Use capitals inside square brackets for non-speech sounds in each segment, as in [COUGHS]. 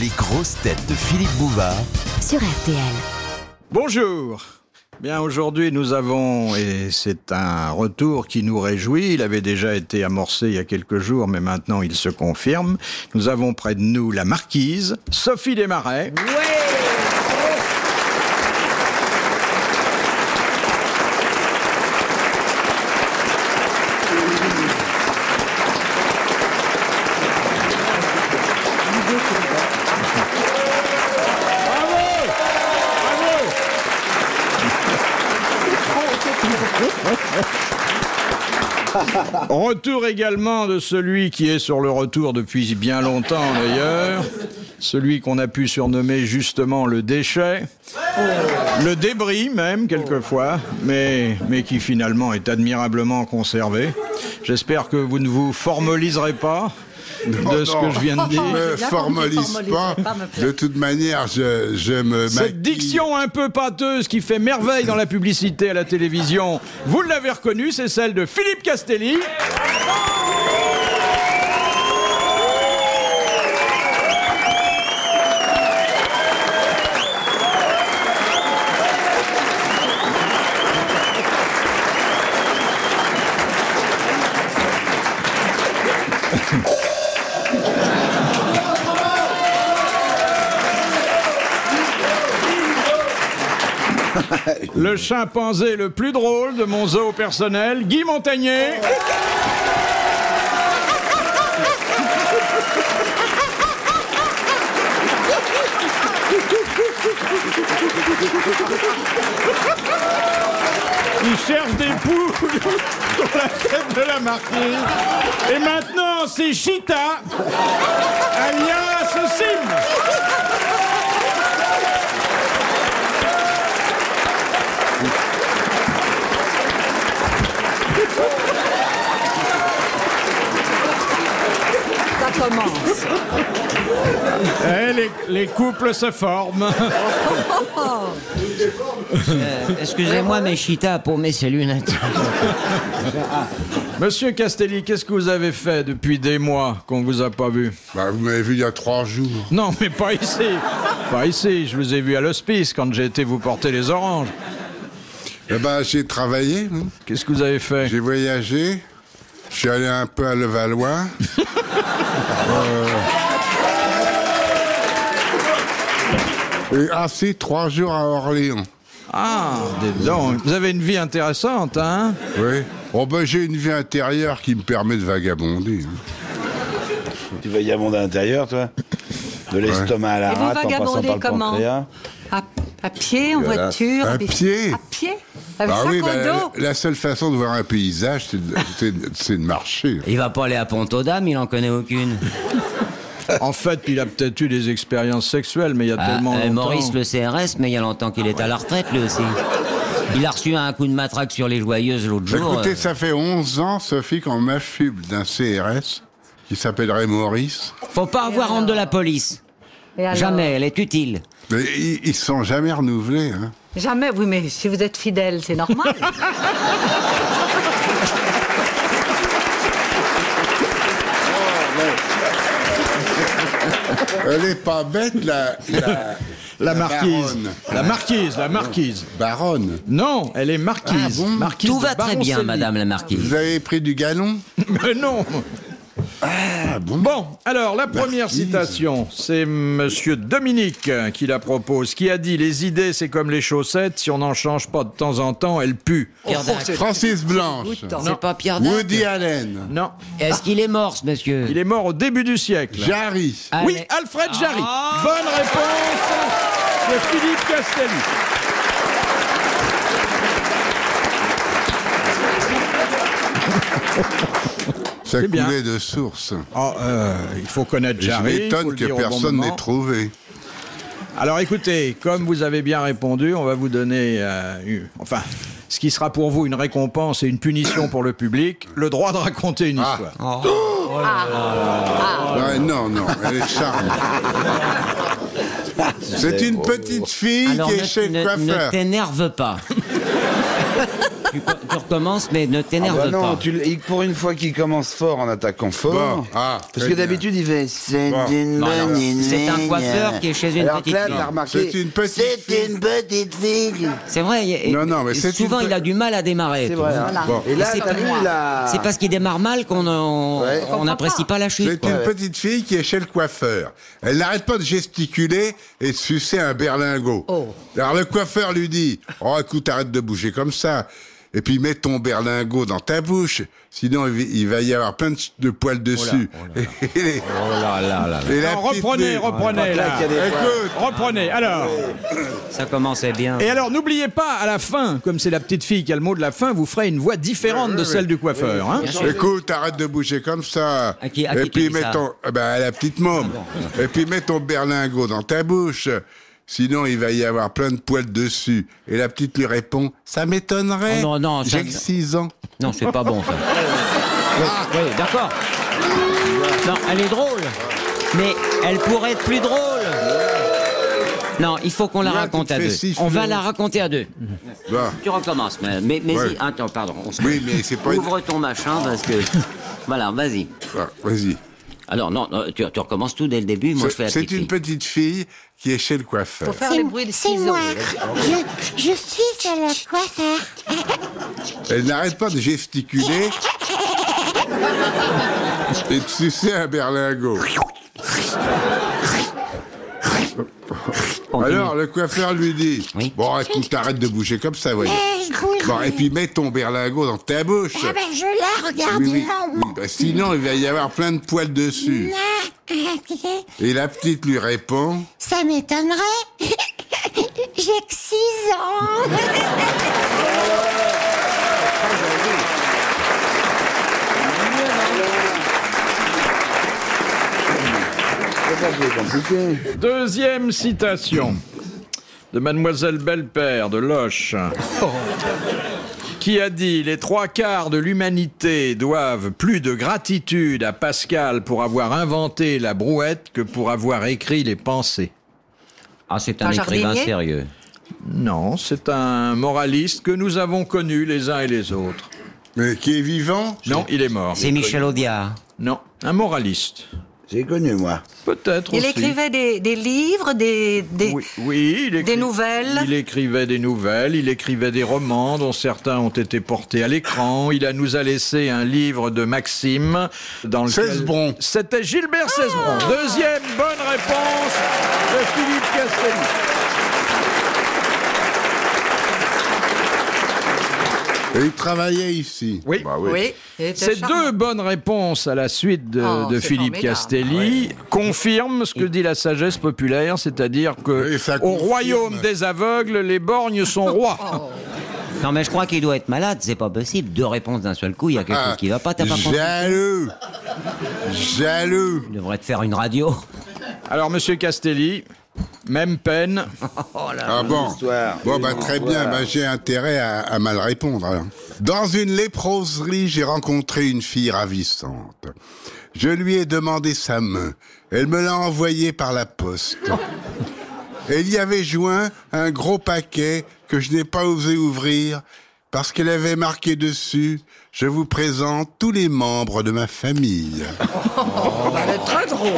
Les grosses têtes de Philippe Bouvard sur RTL. Bonjour. Bien, aujourd'hui, nous avons, et c'est un retour qui nous réjouit, il avait déjà été amorcé il y a quelques jours, mais maintenant il se confirme. Nous avons près de nous la marquise, Sophie Desmarais. Retour également de celui qui est sur le retour depuis bien longtemps d'ailleurs, celui qu'on a pu surnommer justement le déchet, le débris même quelquefois, mais, mais qui finalement est admirablement conservé. J'espère que vous ne vous formaliserez pas de ce que je viens de Je dire. me Oh, bien formalise compris, pas. formalisez pas, me plaît. De toute manière, je, je me Cette maquille. diction un peu pâteuse qui fait merveille dans la publicité à la télévision, vous l'avez reconnue, c'est celle de Philippe Castelli. Le chimpanzé le plus drôle de mon zoo personnel, Guy Montagnier. Il cherche des poules [LAUGHS] sur la tête de la marquise. Et maintenant, c'est Chita, alias Sim. Ça commence. Eh, les, les couples se forment. Excusez-moi, mais Chita a paumé ses lunettes. Monsieur Castelli, qu'est-ce que vous avez fait depuis des mois qu'on ne vous a pas vu Bah, vous m'avez vu il y a trois jours. Non, mais pas ici. Pas ici. Je vous ai vu à l'hospice quand j'ai été vous porter les oranges. Eh ben, j'ai travaillé, hein. Qu'est-ce que vous avez fait j'ai voyagé, je suis allé un peu [LAUGHS] à Levallois. Euh, Et assez trois jours à Orléans. Ah, des dents. Vous avez une vie intéressante, hein Oui. Oh ben, j'ai une vie intérieure qui me permet de vagabonder. hein. Tu vagabondes à l'intérieur, toi De l'estomac à la Et vous rate en passant vagabondez par le comment pancréas À, à pied, en Voilà. voiture. À avec- pied À pied Avec Bah sac oui, au bah, la, dos la seule façon de voir un paysage, c'est de, c'est de- c'est de marcher. [LAUGHS] Il va pas aller à Pont-aux-Dames, il en connaît aucune. En fait, il a peut-être eu des expériences sexuelles, mais il y a Ah, tellement euh, longtemps. Maurice, le CRS, mais il y a longtemps qu'il est à la retraite, lui aussi. Il a reçu un coup de matraque sur les joyeuses l'autre jour. Bah, Écoutez, euh, ça fait 11 ans, Sophie, qu'on m'affuble d'un CRS qui s'appellerait Maurice. Faut pas avoir honte de la police. Et alors Jamais, elle est utile. Mais ils ne sont jamais renouvelés. Hein. Jamais, oui, mais si vous êtes fidèle, c'est normal. Elle est pas bête, la, la, La la marquise. baronne. La marquise, la marquise. baronne. Non, elle est marquise. Ah bon Marquise Tout de va très bien, Baroncelli. madame la Vous marquise. avez pris du galon Mais non Ah bon Bon, alors la première Marquise. citation, c'est Monsieur Dominique euh, qui la propose, qui a dit Les idées, c'est comme les chaussettes, si on n'en change pas de temps en temps, elles puent. Pierre Dac. Francis Blanche. C'est pas Pierre Dac. Woody Allen. Non, Est-ce qu'il est mort, ce monsieur il est mort au début du siècle. Jarry. Ah, Oui, mais- Alfred Jarry. Ah. Bonne réponse de Philippe Castelli. Ça c'est bien. coulait de source. Oh, euh, il faut connaître Et je Jarry. il faut m'étonne le que dire au bon personne n'ait moment. trouvé. Alors écoutez, comme vous avez bien répondu, on va vous donner, euh, une- enfin, ce qui sera pour vous une récompense et une punition pour le public, le droit de raconter une Ah. histoire. Ouais, non, non, elle est charmante. C'est une petite fille Alors qui ne, est chez ne- le [LAUGHS] ne coiffeur. t'énerve pas. tu, co- tu recommences, mais ne Ah t'énerve bah non, pas. tu l- il- pour une fois qu'il commence fort en attaquant fort. Bon, ah, parce très que bien. d'habitude, il fait. C'est Bon. une Non, non, bonne idée. c'est un coiffeur qui est chez une Alors que petite là, fille. t'as remarqué. C'est une petite C'est fille. une petite fille. C'est vrai. il- Non, non, mais il- c'est souvent, une- il a du mal à démarrer. C'est tu vrai. vois. hein. Bon. Et là, C'est t'as pas vu, moi. il Ah. a. C'est parce qu'il démarre mal qu'on euh, on- Ouais. on n'apprécie pas la chute. C'est quoi. une petite fille qui est chez le coiffeur. Elle n'arrête pas de gesticuler et de sucer un berlingot. Alors le coiffeur lui dit Oh, écoute, arrête de bouger comme ça. Et puis mets ton berlingot dans ta bouche, sinon il va- il va y avoir plein de, ch- de poils dessus. Et les- [LAUGHS] et la Non, petite reprenez, lui- reprenez, là. Ah, qu'il y a des poils. Écoute, Reprenez, alors. Ça commençait bien. Et alors, n'oubliez pas, à la fin, comme c'est la petite fille qui a le mot de la fin, vous ferez une voix différente de celle du coiffeur. hein. Bien sûr. Écoute, arrête de bouger comme ça. À qui- à et puis qui tu dis mets ça Ah ton, eh ben, à la petite môme. et puis mets ton berlingot dans ta bouche. Sinon, il va y avoir plein de poils dessus. Et la petite lui répond, ça m'étonnerait. Oh non, non, ça- J'ai que 6 ans. Non, c'est pas bon ça. Oui, oui, d'accord. Non, elle est drôle. Mais elle pourrait être plus drôle. Non, il faut qu'on Là, la tu raconte te à fais deux. siffler. On va la raconter à deux. Bah, Tu recommences, mais, mais, mais Ouais. y- ah, attends, pardon. on se- Oui, mais c'est pas une- Ouvre ton machin parce [LAUGHS] que. voilà, vas-y. bah, vas-y. Alors non, non, tu, tu recommences tout dès le début. Moi, je fais la C'est petite une fille. petite fille qui est chez le coiffeur. Faut faire les bruits de C'est ciseaux. moi. Je, je suis chez le coiffeur. Elle n'arrête pas de gesticuler et de sucer un berlingot. Continue. Alors, le coiffeur lui dit Oui. Bon, écoute, arrête de bouger comme ça, voyez. Et je bouge. Bon, et puis mets ton berlingot dans ta bouche. Ah Eh, ben je la regarde Oui, oui, là. oui, bah, sinon, il va y avoir plein de poils dessus. Ah, Et la petite lui répond Ça m'étonnerait. [LAUGHS] J'ai que 6 ans. Deuxième citation de Mademoiselle Belpère de Loche, Oh. qui a dit Les trois quarts de l'humanité doivent plus de gratitude à Pascal pour avoir inventé la brouette que pour avoir écrit les pensées. Ah, c'est un, Un écrivain jardinier sérieux. Non, c'est un moraliste que nous avons connu les uns et les autres. Mais qui est vivant Non, il est mort. C'est Michel Audiard. Non, un moraliste. J'ai connu, moi. Peut-être Il aussi. écrivait des, des livres, des, des- Oui, oui, il écri- nouvelles. Il écrivait des nouvelles, il écrivait des romans dont certains ont été portés à l'écran. Il a, nous a laissé un livre de Maxime dans lequel... Cesbron. C'était Gilbert Cesbron. Ah. Deuxième bonne réponse de Philippe Castelli. Et il travaillait ici. Oui. Bah Oui. il était Ces charmant. deux bonnes réponses à la suite de, Oh, de c'est Philippe formidable. Castelli confirment ce que dit la sagesse populaire, c'est-à-dire que Et ça au confirme. royaume des aveugles, les borgnes [LAUGHS] sont rois. Oh. Non, mais je crois qu'il doit être malade. C'est pas possible. Deux réponses d'un seul coup. Il y a quelque chose qui va pas. T'as pas compris. Jaloux Jaloux Il devrait te faire une radio. Alors, Monsieur Castelli, même peine. Ah bon histoire. Bon, bah, Une très histoire. bien, bah, j'ai intérêt à, à mal répondre. alors. Dans une léproserie, j'ai rencontré une fille ravissante. Je lui ai demandé sa main. Elle me l'a envoyée par la [LAUGHS] poste. Elle y avait joint un gros paquet que je n'ai pas osé ouvrir parce qu'elle avait marqué dessus « Je vous présente tous les membres de ma famille Elle est très drôle.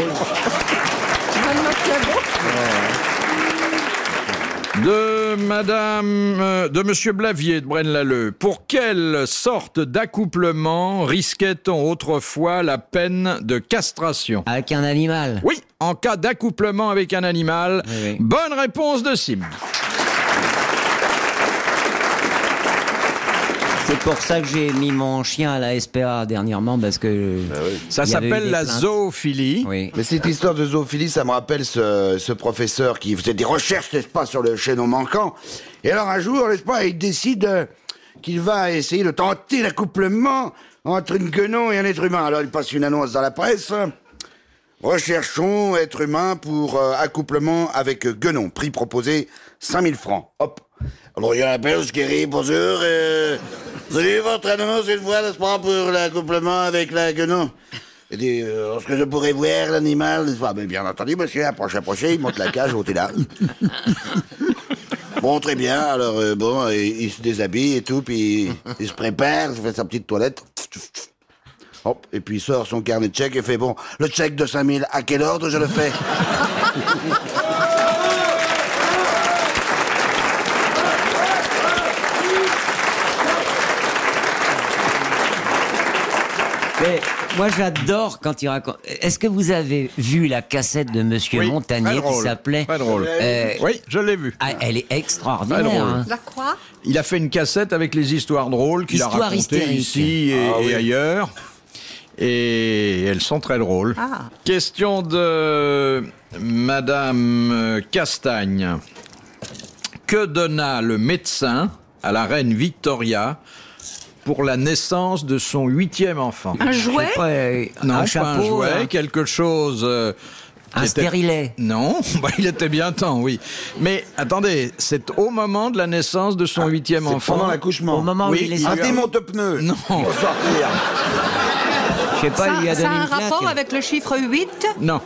De Madame, euh, de Monsieur Blavier de Braine-l'Alleud. Pour quelle sorte d'accouplement risquait-on autrefois la peine de castration Avec un animal. Oui, en cas d'accouplement avec un animal. Oui, oui. Bonne réponse de Sim. C'est pour ça que j'ai mis mon chien à la SPA dernièrement parce que. Ah Ça il y avait eu s'appelle des la plaintes. zoophilie. Oui. Mais cette histoire de zoophilie, ça me rappelle ce, ce professeur qui faisait des recherches, n'est-ce pas, sur le chaînon manquant. Et alors un jour, n'est-ce pas, il décide euh, qu'il va essayer de tenter l'accouplement entre une guenon et un être humain. Alors il passe une annonce dans la presse. hein. Recherchons être humain pour euh, accouplement avec guenon. Prix proposé 5000 francs. Hop. Alors il y a la belge qui rit, bonjour. euh, vous avez eu votre annonce une fois, n'est-ce pas, pour l'accouplement avec la guenon Il dit, euh, est-ce que je pourrais voir l'animal n'est-ce pas Mais bien entendu, monsieur, approche, approchez, il monte la cage, ôtez-la. Bon, très bien. Alors, euh, bon, euh, il se déshabille et tout, puis il se prépare, il fait sa petite toilette. Hop, et puis il sort son carnet de chèques et fait Bon, le chèque de 5000, à quel ordre je le fais Mais moi, j'adore quand il raconte. Est-ce que vous avez vu la cassette de Monsieur Oui, très Montagnier qui drôle, s'appelait Très drôle. euh, Oui, je l'ai vu. ah, Elle est Très extraordinaire. drôle. hein. La croix Il a fait une cassette avec les histoires drôles qu'il a Histoires racontées hystériques. ici et, Ah et ailleurs. Et elles sont très drôles. Ah. Question de Madame Castagne. Que donna le médecin à la reine Victoria pour la naissance de son huitième enfant Un jouet Ouais, Non, euh, un pas chapeau, un jouet, hein. quelque chose. euh, Un qui était- stérilet. Non, [LAUGHS] bah, il était bien temps, oui. Mais attendez, c'est au moment de la naissance de Ah, son huitième enfant. Pendant l'accouchement. Au moment Oui, où il est Un sorti, démonte-pneu. Non. Pour sortir. je sais pas, Ça, il lui a ça donné a un une claque. rapport avec le chiffre 8 Non.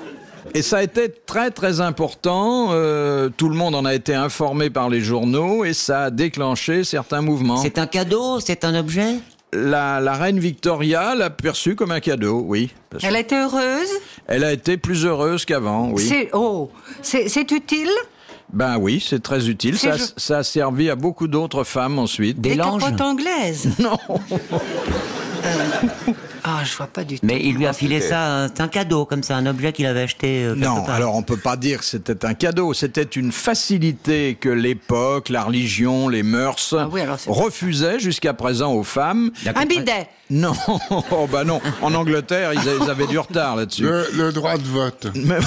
Et ça a été très très important. euh, tout le monde en a été informé par les journaux et ça a déclenché certains mouvements. C'est un cadeau, c'est un objet. La, la reine Victoria l'a perçu comme un cadeau, oui. Parce Elle a été heureuse Elle a été plus heureuse qu'avant, oui. C'est oh, c'est c'est utile Ben oui, c'est très utile. C'est Ça, jo- ça a servi à beaucoup d'autres femmes ensuite. Des Les langes. capotes anglaises Non. Ah, je vois pas du tout. Mais il lui a filé ça, un- c'est un cadeau comme ça, un objet qu'il avait acheté. euh, quelque Non, part. alors on peut pas dire que c'était un cadeau, c'était une facilité que l'époque, la religion, les mœurs Ah oui, alors c'est- refusaient jusqu'à présent aux femmes. Un bidet Non, [LAUGHS] oh bah non, en Angleterre, ils, a- ils avaient du retard là-dessus. Le, Euh, le droit de vote. Mais-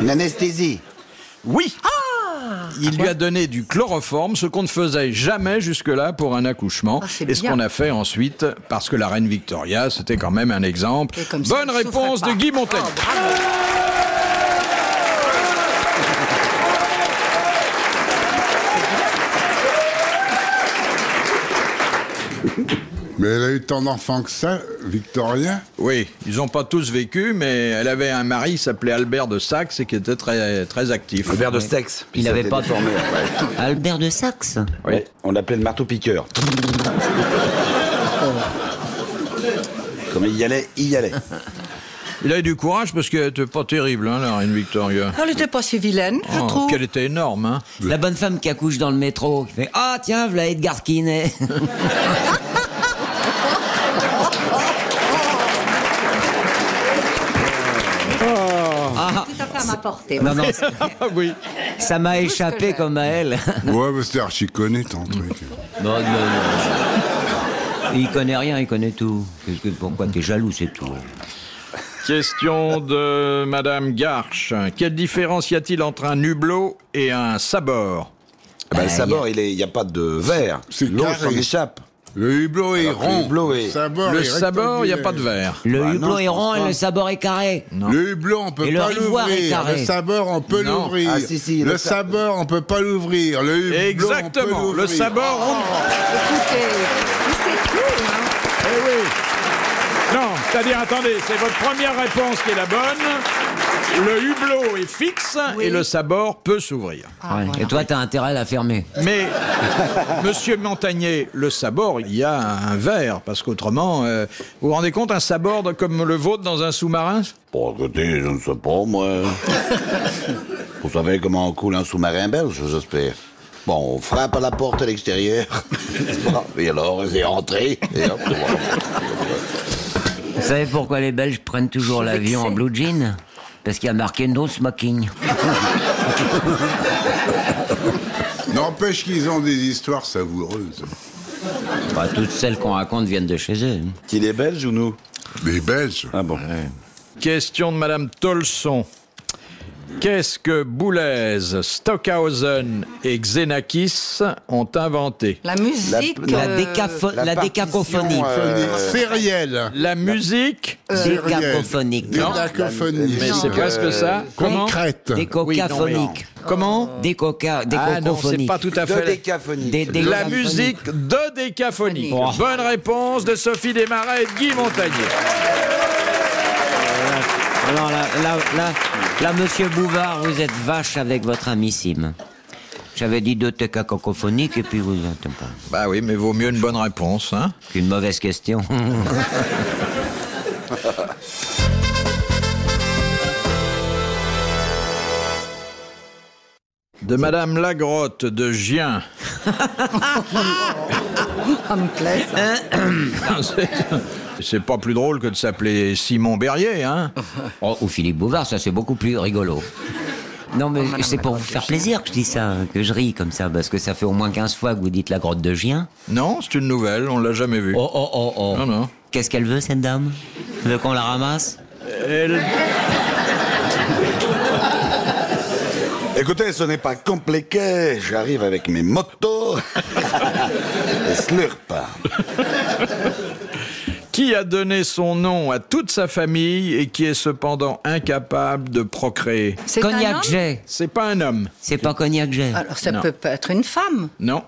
Une anesthésie. Oui Ah Il lui a donné du chloroforme, ce qu'on ne faisait jamais jusque-là pour un accouchement. Ah, c'est et ce bien. qu'on a fait ensuite, parce que la reine Victoria, c'était quand même un exemple. Et comme ça, Bonne elle souffrait réponse de pas. Oh, bah Guy Montaigne. Mais elle a eu tant d'enfants que ça, Victoria. Oui, ils n'ont pas tous vécu, mais elle avait un mari qui s'appelait Albert de Saxe et qui était très, très actif. Albert de Stex. Il Ça avait était pas de- [LAUGHS] déformé, ouais. Albert de Saxe. Ouais, On l'appelait le marteau piqueur. Comme il y allait, il y allait. Il a eu du courage parce qu'elle n'était pas terrible, hein, la reine Victoria. Elle n'était pas si vilaine, je Oh, trouve. qu'elle était énorme. [LAUGHS] hein. La bonne femme qui accouche dans le métro, qui fait Ah, tiens, voilà Edgar Quinet. Ah, Tout à fait à ma portée. [LAUGHS] non, non, Ah oui. ça m'a que échappé j'aime. comme à elle. Ouais, mais c'était archi connu ton [LAUGHS] truc. Non, non, non. [LAUGHS] Il connaît rien, il connaît tout. Qu'est-ce que- Pourquoi t'es jaloux, c'est tout. Question de Madame Garche. Quelle différence y a-t-il entre un hublot et un sabord Ah bah, le Bah, sabord, il n'y a pas de verre. C'est L'eau carré. s'en échappe. Le hublot est Alors que le rond. hublot est- sabord Le est sabord, il n'y a Ah, rectangulaire. pas de verre. Le Bah, non, hublot je est pense rond et pas. le sabord est carré. Le hublot, on peut Et le pas rivoire est l'ouvrir. carré. Le sabord, on peut Non. l'ouvrir. Ah, si, si, le le sa- sabord, on peut pas l'ouvrir. Le hublot, on Exactement. peut Le l'ouvrir. sabord, on- Écoutez, mais c'est tout, hein. Non, c'est-à-dire, attendez, c'est votre première réponse qui est la bonne. Le hublot est fixe et le sabord peut s'ouvrir. Ah, Ouais. Et toi, t'as intérêt à la fermer. Mais, [LAUGHS] monsieur Montagnier, le sabord, il y a un verre, parce qu'autrement, euh, vous vous rendez compte, un sabord de- comme le vôtre dans un sous-marin Bon, écoutez, je ne sais pas, [LAUGHS] moi. Vous savez comment coule un sous-marin belge, j'espère. Bon, on frappe à la porte à [LAUGHS] l'extérieur. Bon, et alors, c'est rentré. Et hop, Vous savez pourquoi les Belges prennent toujours Je suis l'avion en vexée. blue jean Parce qu'il y a marqué no smoking. N'empêche qu'ils ont des histoires savoureuses. Bah, toutes celles qu'on raconte viennent de chez eux. hein. Qu'il est belge ou nous Des Belges. Ah bon. Question de Madame Tolson. Qu'est-ce que Boulez, Stockhausen et Xenakis ont inventé La musique. La, euh, décapho- la partition, décacophonie. euh, Sériel. La musique Décacophonique. Des dacophonies. Mais c'est presque ça. Comment Concrète. Décocaphonique. Comment Des coca, des Ah non, c'est cocophoniques. pas tout à fait. décaphonie. Des- des La cocaphoniques. musique de décaphonie. Oh. Bonne réponse de Sophie Desmarais et de Guy Montagnier. Alors là, là, là, là, monsieur Bouvard, vous êtes vache avec votre amissime. J'avais dit deux TK cacophoniques et puis vous n'entendez pas. Bah oui, mais vaut mieux une bonne réponse, hein Qu'une mauvaise question. [LAUGHS] De Madame Lagrotte de Gien. Ça me plaît, ça. Hein? [COUGHS] C'est- C'est pas plus drôle que de s'appeler Simon Berrier, hein Oh, ou Philippe Bouvard, ça c'est beaucoup plus rigolo. Non, Oh, mais c'est pour vous faire plaisir que je dis ça, hein, que je ris comme ça, parce que ça fait au moins 15 fois que vous dites la grotte de Gien. Non, c'est une nouvelle, on l'a jamais vue. Oh, oh, oh, oh. Non, non. Qu'est-ce qu'elle veut, cette dame Elle veut qu'on la ramasse Elle- Écoutez, ce n'est pas compliqué. J'arrive avec mes [LAUGHS] motos. Et slurp. Qui a donné son nom à toute sa famille et qui est cependant incapable de procréer C'est un Cognac homme Ah, Jet. C'est pas un homme, C'est pas Cognac Jet. Alors, ça Non. peut pas être une femme. non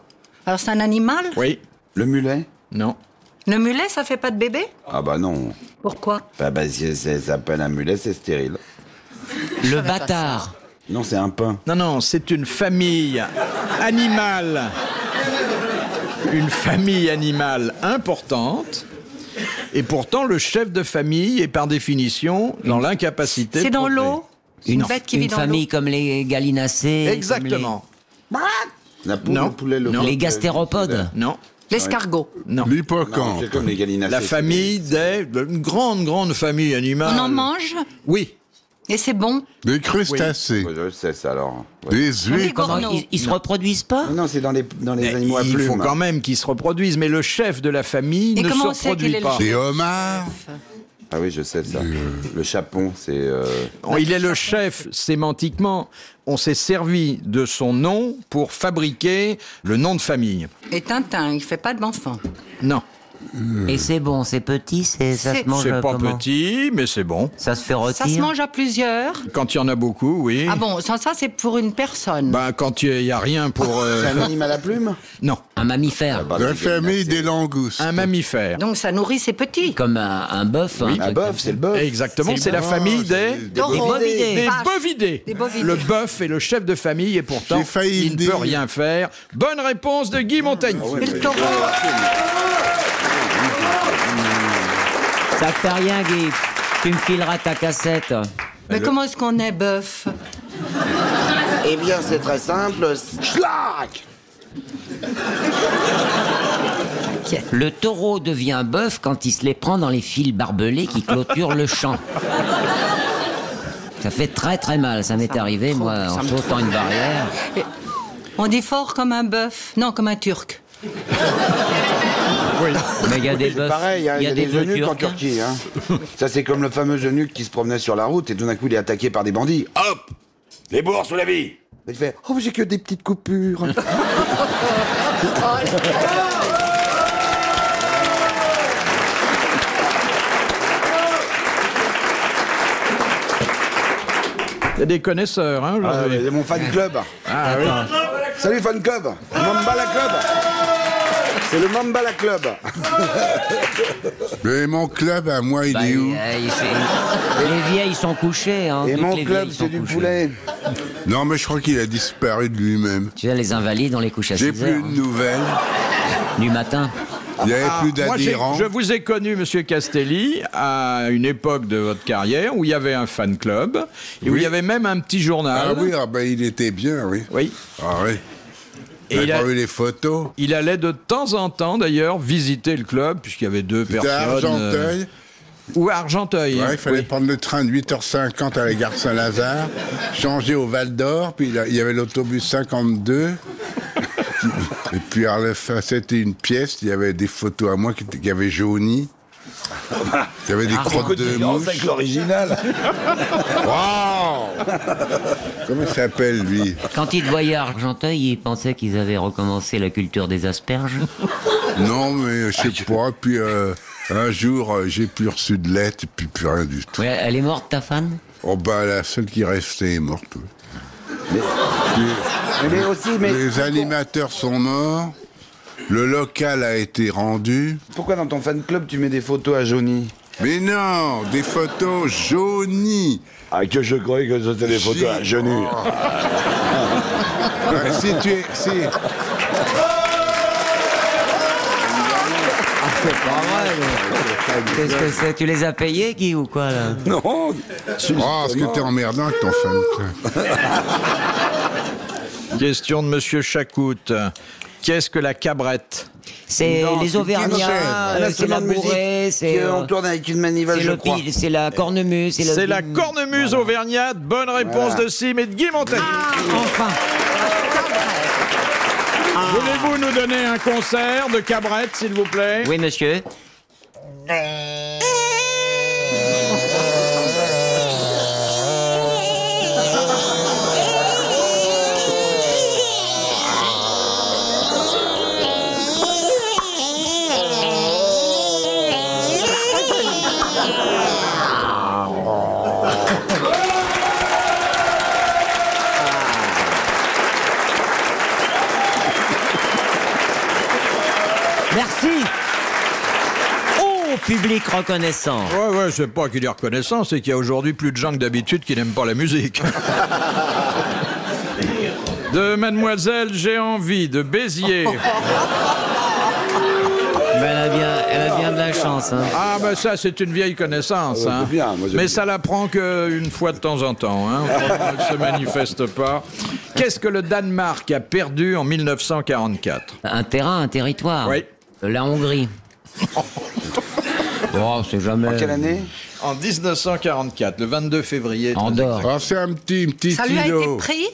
Alors, c'est un animal Oui Le mulet Non Le mulet, ça fait pas de bébé Ah bah non. Pourquoi Bah, bah, si ça s'appelle un mulet, c'est stérile. Le bâtard. Non, c'est un pain. Non, non, c'est une famille animale. Une famille animale importante. Et pourtant, le chef de famille est par définition dans l'incapacité. C'est de dans procréer. l'eau Une bête qui vit une dans famille l'eau comme les gallinacées. comme Exactement. La poule, Non. le poulet, le Non. euh, les- Les gastéropodes. Non, L'escargot. non. Non, L'hippocampe. c'est comme les gallinacées. La c'est- famille des. Une grande, grande famille animale. On Ah en mange Oui. et c'est bon. Des crustacés. Ouais, je sais ça, alors. Ouais. Des Comme les huîtres. Comment, gorneaux. ils, ils se reproduisent pas Non, Non, c'est dans les, dans les Mais animaux à il plumes. faut quand même qu'ils se reproduisent, mais le chef de la famille Et ne se comment on sait reproduit qu'il est le pas. Des homards. Ah oui, je sais ça. Le chapon, c'est... euh, On- Oh, Il est le chef sémantiquement. On s'est servi de son nom pour fabriquer le nom de famille. Et Tintin, il fait pas d'enfant. Non, Et c'est bon, c'est petit, c'est ça C'est- se mange c'est pas comment petit, mais c'est bon. Ça se fait Ça se rôtir. mange à plusieurs. Quand il y en a beaucoup, oui. Ah bon, sans ça, c'est pour une personne. Bah. Ben, quand il n'y a rien Ah, pour... euh, C'est un animal à plumes non, Un mammifère, Bah, La les famille gallinacées. des langoustes. un mammifère. Donc ça nourrit ses petits. comme un, un bœuf. hein. un Un truc comme bœuf, ça. c'est le bœuf. Exactement, c'est la famille des... Des Taureau. bovidés. Des Vache. bovidés. Des bovidés. Le bœuf est le chef de famille et pourtant, J'ai failli il ne dire. peut rien faire. Bonne réponse de Guy Montagnier. Et le taureau. Ça fait rien, Guy. Tu me fileras ta cassette. Mais comment est-ce qu'on est bœuf Eh bien, c'est très simple. Schlag Le taureau devient bœuf quand il se les prend dans les fils barbelés qui clôturent le champ. Ça fait très très mal, ça m'est me arrivé, trouble, moi, ça en me sautant une barrière. On dit fort comme un bœuf. Non, comme un turc. Mais bah, il y a des bœufs. Pareil, hein, il y a des, eunuques en Turquie. hein. Ça, c'est comme le fameux eunuque qui se promenait sur la route et tout d'un coup, il est attaqué par des bandits. Hop Les bourses sous la vie Il fait Oh, mais j'ai que des petites coupures. Ah, Il y a des connaisseurs, hein, Ah, aujourd'hui. mais c'est mon fan club. Ah, oui. Salut, fan club Mamba la club C'est le Mamba la club Mais mon club à moi, il Bah, est où euh, il fait- les vieilles sont couchées. Hein, Et toutes mon les club, vieilles sont c'est du couchées. poulet. Non, mais je crois qu'il a disparu de lui-même. Tu vois, les invalides, on les couche à J'ai 6 heures, plus de nouvelles. hein, du matin. Il n'y avait plus Ah, Moi, j'ai- d'adhérents. je vous ai connu, Monsieur Castelli, à une époque de votre carrière où il y avait un fan club et où il y avait même un petit journal. Ah oui, ah ben, il était bien, oui. Oui. Ah oui. Et J'ai il a- pas vu les photos. Il allait de temps en temps, d'ailleurs, visiter le club, puisqu'il y avait deux C'était personnes. à euh, Argenteuil. ou à Argenteuil. Ouais, il fallait oui. prendre le train de 8h50 à la gare Saint-Lazare, changer au Val d'Or, puis là, il y avait l'autobus 52. [LAUGHS] Et puis, à la fin, c'était une pièce, il y avait des photos à moi qui, étaient- qui avaient jauni. Il y avait des Ah, crottes de mouches. avec l'original. Comment il s'appelle, lui Quand ils te voyaient à Argenteuil, ils pensaient qu'ils avaient recommencé la culture des [LAUGHS] asperges. Non, mais je sais pas. Puis, euh, un jour, euh, j'ai plus reçu de lettres, et puis plus rien du tout. Ouais, elle est morte, ta fan Oh, bah, la seule qui restait est morte. oui. Mais aussi, mais Les animateurs sont morts. Le local a été rendu. pourquoi dans ton fan club, tu mets des photos à Johnny Mais non, des photos jaunies. Ah, que je croyais que c'était des photos à genoux. [LAUGHS] Ouais, Bah, si tu es. Si. C'est pas vrai. Ah Qu'est-ce que c'est Tu les as payés, Guy, ou quoi, là Non Oh, ce que t'es emmerdant avec ton fan. toi. Question de Monsieur Chacoute. Qu'est-ce que la cabrette C'est les Auvergnats, euh, c'est la bourrée, c'est euh, On tourne avec une manivelle, c'est je le crois. pil- c'est la cornemuse, c'est le- C'est la cornemuse auvergnate. Bonne réponse de Sim et de Guy Montagnier. Enfin, Ah. Voulez-vous nous donner un concert de cabrette, s'il vous plaît oui, monsieur. Merci. Oh, public reconnaissant. Ouais, ouais, c'est pas qu'il y a reconnaissance, c'est qu'il y a aujourd'hui plus de gens que d'habitude qui n'aiment pas la [LAUGHS] musique. De Mademoiselle, j'ai envie de Béziers. [LAUGHS] Mais elle a bien, elle a bien de la chance. hein. Ah, ben ça, c'est une vieille connaissance. Ouais, hein. Ah, ben, c'est bien, moi, j'aime Mais bien. ça la prend qu'une fois de temps en temps. Hein. [LAUGHS] On ne se manifeste pas. Qu'est-ce que le Danemark a perdu en 1944 Un terrain, un territoire. Oui. La Hongrie. oh, c'est jamais. Quelle année En 1944, le 22 février. Andorre. Oh, c'est un petit, un petit Ça lui a été îlot. pris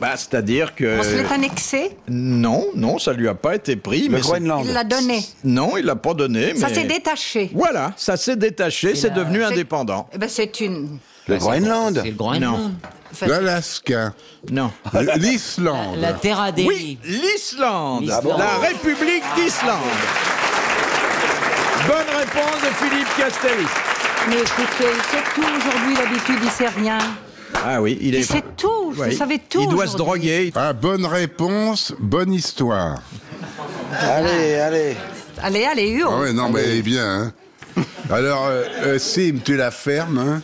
Bah, c'est-à-dire que. On se l'est annexé Non, non, ça lui a pas été pris. Le mais c'est- Groenland. Il l'a donné. Non, il l'a pas donné. Ça mais- s'est détaché. Voilà, ça s'est détaché, c'est devenu indépendant. Eh ben, c'est une... Le Groenland C'est le Groenland. Non, enfin, L'Alaska. non. L'Islande. La Terre à des Oui, l'Islande, L'Islande. la République d'Islande. Bonne réponse de Philippe Castelli. Mais écoutez, c'est tout aujourd'hui, l'habitude, il sait rien. Ah oui, il est. Il sait tout, je Oui. savais tout Il doit se aujourd'hui. droguer. Ah, bonne réponse, bonne histoire. Allez, allez. Allez, allez, hurle. Ah ouais, non, mais elle est bien. hein. Alors, euh, euh, Sim, tu la fermes. Hein.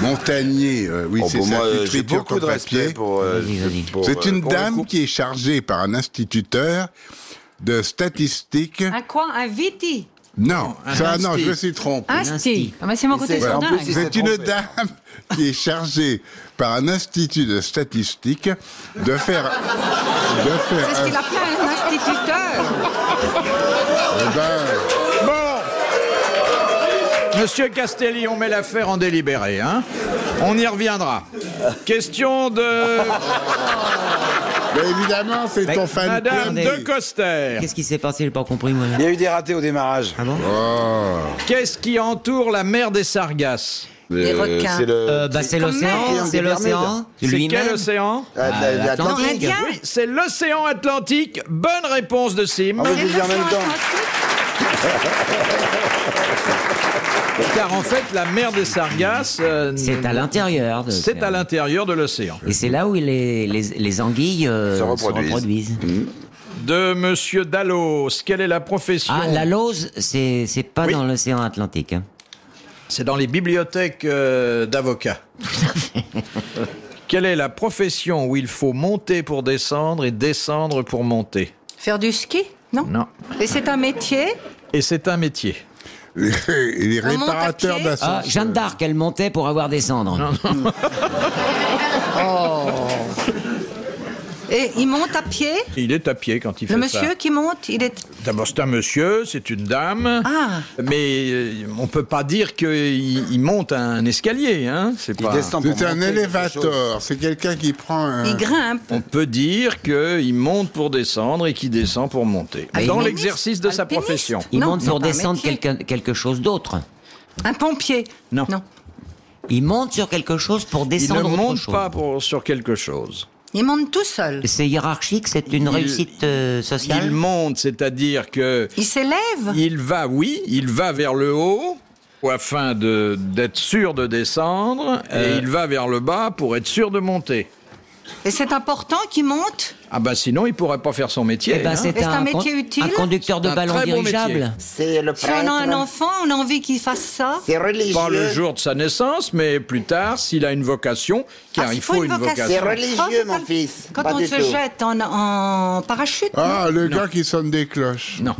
Montagnier, euh, oui, Oh, c'est pour ça, moi, tu euh, j'ai trites sur beaucoup ton de respect papier. pour. euh, Vas-y, vas-y. pour, C'est euh, une pour le dame couple. qui est chargée par un instituteur de statistiques. Un quoi Un viti Non, un ça, instit. non, je me suis trompé. Un sti. sti. Ah, mais c'est mon côté c'est- en surdingue. plus, C'est s'est une trompé. dame qui est chargée par un institut de statistiques de faire. de faire. C'est ce qu'il un- appelle [LAUGHS] un instituteur. eh ben, Bon. Monsieur Castelli, on met l'affaire en délibéré, hein On y reviendra. Question de ben évidemment, c'est ton fan Madame attendez. de Coster. Qu'est-ce qui s'est passé J'ai pas compris, moi. Il y a eu des ratés au démarrage. Ah bon Qu'est-ce qui entoure la mer des Sargasses Les Euh, requins. C'est le. Euh, bah, c'est l'océan, même. c'est l'océan. C'est Lui-même. quel océan Ah, de la- de l'Atlantique. l'Atlantique. Indien Oui, c'est l'océan Atlantique. Bonne réponse de Sim. Ah, vous le disiez en même temps. Car en fait, la mer des Sargasses, euh, C'est à l'intérieur. de c'est à l'océan. l'intérieur de l'océan. Et c'est là où les, les, les anguilles euh, Se reproduisent. De Monsieur Dallos, quelle est la profession Ah, la lose, c'est c'est pas Oui. dans l'océan Atlantique. hein. C'est dans les bibliothèques euh, d'avocats. quelle est la profession où il faut monter pour descendre et descendre pour monter Faire du ski Non. Non. Et c'est un métier Et c'est un métier. les, les On monte à réparateurs pied. d'ascenseurs. Ah, Jeanne d'Arc, elle montait pour avoir des cendres. Et il monte à pied Il est à pied quand il fait Le ça. monsieur qui monte, il est... D'abord, c'est un monsieur, c'est une dame. Ah. Mais euh, on peut pas dire qu'il il monte un escalier. Hein. C'est Il pas- descend pour C'est un monter quelque chose. élévateur, c'est quelqu'un qui prend un... Il grimpe. On peut dire qu'il monte pour descendre et qu'il descend pour monter. Ah, dans alpiniste, l'exercice de sa alpiniste. profession. Il Non, monte c'est pour pas un descendre métier. quelque, quelque chose d'autre. Un pompier Non. Il monte sur quelque chose pour Il ne descendre autre monte chose. pas pour- sur quelque chose. Il monte tout seul. C'est hiérarchique, c'est une réussite euh, sociale. Il monte, c'est-à-dire que Il s'élève il va, oui, il va vers le haut afin de- d'être sûr de descendre et il va vers le bas pour être sûr de monter. Et c'est important qu'il monte Ah bah sinon, il pourrait pas faire son métier. Eh ben, hein. c'est Est-ce un, un con- métier utile un conducteur de Un ballon très bon dirigeable. C'est le Si on a un enfant, on a envie qu'il fasse ça. C'est religieux. Pas le jour de sa naissance, mais plus tard, s'il a une vocation, car Ah, il faut une C'est vocation. religieux, Oh, c'est mon comme fils. Quand Pas on du se tout. jette en, en parachute. Ah, le gars qui sonne des cloches. Non.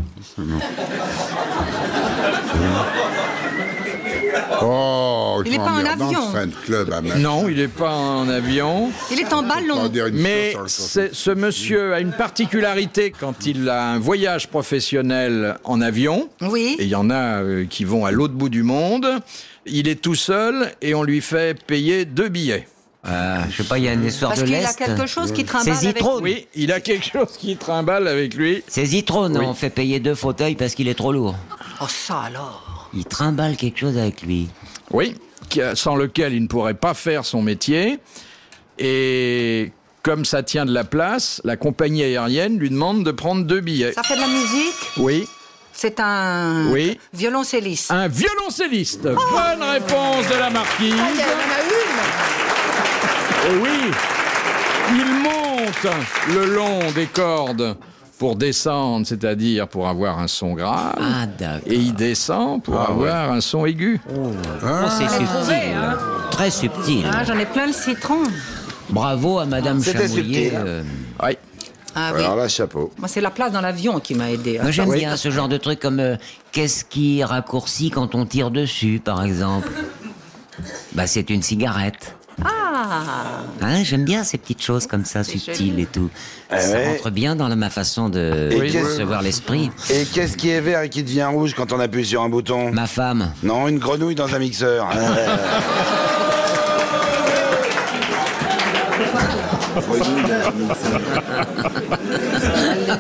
Oh, Il est je pas en m'emmerde dans le avion. fan club à ma- Non, il n'est pas en avion. Il est en Pas ballon. dire une Mais chose sur le- c'est- ce monsieur a une particularité quand il a un voyage professionnel en avion. Oui. Et il y en a euh, qui vont à l'autre bout du monde. Il est tout seul et on lui fait payer deux billets. Ah. Euh, je sais pas, il y a une histoire Parce de qu'il l'Est. a quelque chose qui C'est trimballe avec Zitrone. Oui, il a quelque chose qui trimballe avec lui. C'est Zitrone, Oui. on fait payer deux fauteuils parce qu'il est trop lourd. Oh, ça alors. Il trimballe quelque chose avec lui. Oui, qui- sans lequel il ne pourrait pas faire son métier. Et comme ça tient de la place, la compagnie aérienne lui demande de prendre deux billets. Ça fait de la musique. Oui, C'est un Oui. violoncelliste. un violoncelliste. Bonne réponse de la marquise. Ah, Il y en a Et une. oui, il monte le long des cordes pour descendre, c'est-à-dire pour avoir un son grave. Ah, d'accord. et il descend pour avoir un son aigu. Ah. Oh, c'est subtil. trouvé, hein. Très subtil. Ah, J'en ai plein le citron. Bravo à Madame C'était Chamouillet. subtil, hein. euh, Oui. Ah oui. Alors là, chapeau. Moi, c'est la place dans l'avion qui m'a aidé. Ah Moi, j'aime bien ce genre de truc comme euh, qu'est-ce qui raccourcit quand on tire dessus, par exemple. Bah, c'est une cigarette. Ah Hein, j'aime bien ces petites choses comme ça, subtiles et tout. ça Ah ouais. rentre bien dans la- ma façon de Et de qu'est-ce- recevoir l'esprit. Et qu'est-ce qui est vert et qui devient rouge quand on appuie sur un bouton Ma femme. Non, une grenouille dans [LAUGHS] un mixeur.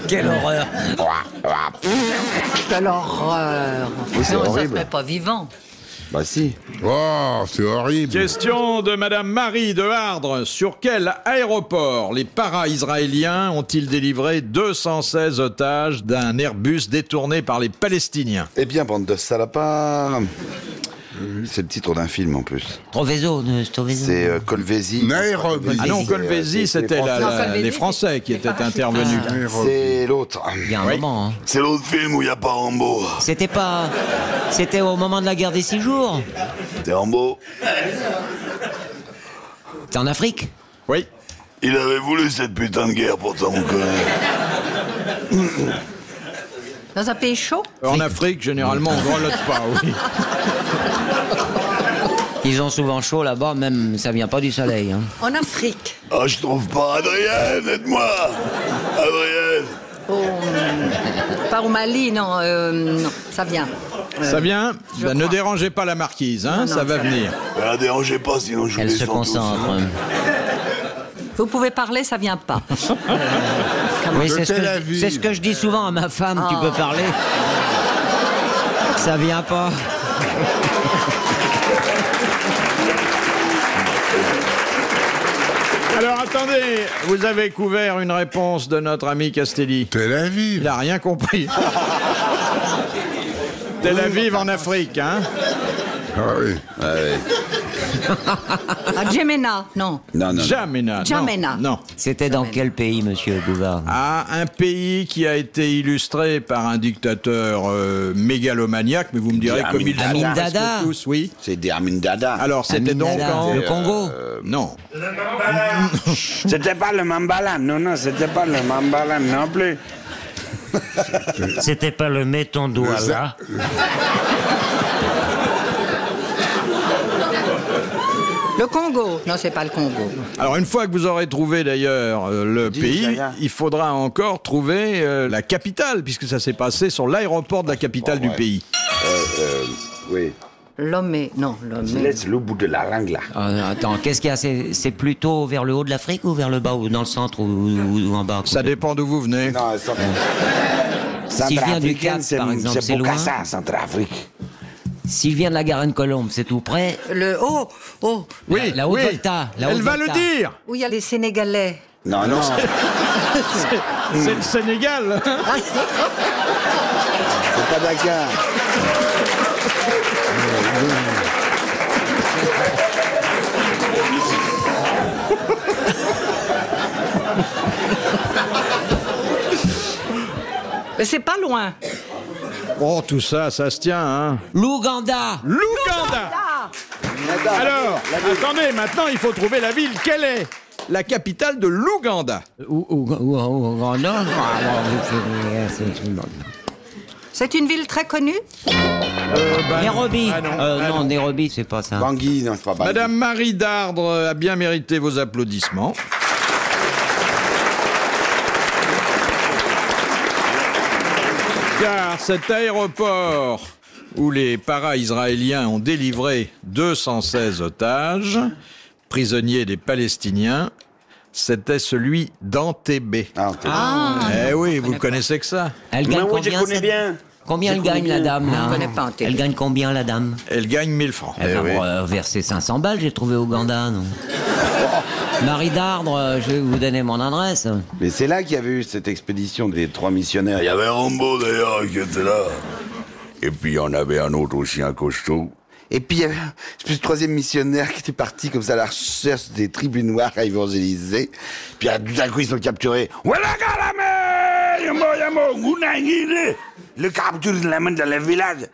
Quelle horreur Quelle horreur Oui, c'est Non, ça se horrible. met pas vivant. bah si. Oh, c'est horrible. Question de Madame Marie de Hardre. Sur quel aéroport les para-israéliens ont-ils délivré 216 otages d'un Airbus détourné par les Palestiniens Eh bien, bande de salopards. C'est le titre d'un film en plus. Trovezo, de Stovezo. C'est euh, Colvézi. Nairobi. Ah non, C'est, euh, Colvézi, c'est- c'est c'était la- français. la- Colvézi, les c'est- Français qui les étaient parachutistes. intervenus. Ah. C'est l'autre. Il y a un moment. hein. C'est l'autre film où il n'y a pas Rambo. C'était pas. C'était au moment de la guerre des six jours. C'est Rambo. C'était en Afrique. Oui. Il avait voulu cette putain de guerre pourtant, mon collègue. Dans un pays chaud En Afrique, généralement, on ne grelotte pas. [LAUGHS] Oui. Ils ont souvent chaud là-bas, même ça vient pas du soleil. hein. En Afrique. Ah, je trouve pas. Adrien, aide-moi. Adrien. Au- Pas au Mali, non. euh, non, ça vient. Euh, Ça vient Je Ben, Ne crois. dérangez pas la marquise, hein, Non, non, ça va ça va. venir. Ne la dérangez pas, sinon je vous Elle les se sens tous. concentre. Vous pouvez parler, ça [LAUGHS] vient pas. Oui, De c'est ce, Tel que- Aviv. c'est ce que je dis souvent à ma femme, tu Ah. peux parler. Ça vient pas. Alors attendez, vous avez couvert une réponse de notre ami Castelli. Tel Il Aviv. n'a rien [LAUGHS] compris. Tel Aviv en Afrique, hein Ah oui. À Djemena, Ah, non. Non, non. Jamena. non, Jamena. Non. C'était dans quel pays, monsieur Bouvard À un pays qui a été illustré par un dictateur euh, mégalomaniaque, mais vous me direz comme ils le Amin sont presque Dada. tous, oui. C'est des Armin Dada. Alors c'était donc Aminada, en... Euh, le Congo. Non. C'était pas le Mambala, non, non, c'était pas le Mambala non plus. C'était pas le mets ton doigt là. Le Congo. Non, c'est pas le Congo. Alors une fois que vous aurez trouvé d'ailleurs euh, le Dis, pays, Nigeria. il faudra encore trouver euh, la capitale, puisque ça s'est passé sur l'aéroport de la capitale Bon, du Oh, ouais. pays. Oui. Lomé, non, Lomé. Laisse le bout de la langue là. Euh, attends, qu'est-ce qu'il y a c'est, c'est plutôt vers le haut de l'Afrique ou vers le bas ou dans le centre ou, ou- ou en bas Ça dépend d'où vous venez. Non, Si je viens du Cap, c'est par exemple, c'est c'est loin. Bokassa, Centrafrique. S'il vient de la Garenne-Colombe, c'est tout près. Le haut, oh, Oui, La- la haute volta, la Elle haute va volta. le dire. où il y a les Sénégalais. Non, non. C'est le [LAUGHS] Sénégal. C'est pas Dakar. Mais c'est pas loin. Oh, tout ça, ça se tient, hein. L'Ouganda. L'Ouganda Alors, attendez, maintenant, il faut trouver la ville. Quelle est la capitale de l'Ouganda Ou- ou- ou- ou- Ouganda. C'est une ville très connue. Nairobi. Ah non, Euh, ah non, non. Nairobi, c'est pas ça. Bangui, non, je crois pas. Madame Marie Dardre a bien mérité vos applaudissements. Car cet aéroport où les para-israéliens ont délivré 216 otages, prisonniers des Palestiniens, c'était celui d'Antébé. Ah, ok. eh oui, vous connaissez que ça. Elle gagne combien cette- Combien elle gagne la dame là connais pas en télé. Elle gagne combien la dame Elle gagne 1000 francs. Elle Eh va oui. me verser 500 balles, j'ai trouvé Ouganda, non Marie Dardre, euh, je vais vous donner mon adresse. Mais c'est là qu'il y avait eu cette expédition des trois missionnaires. Il y avait Rambo d'ailleurs qui était là. Et puis il y en avait un autre aussi, un costaud. Et puis il y avait je sais plus, le troisième missionnaire qui était parti comme ça à la recherche des tribus noires à évangéliser. Puis ah, tout d'un coup ils sont capturés. Walakalame, yamo, yamo, gunangile. Le capture de la main dans le village.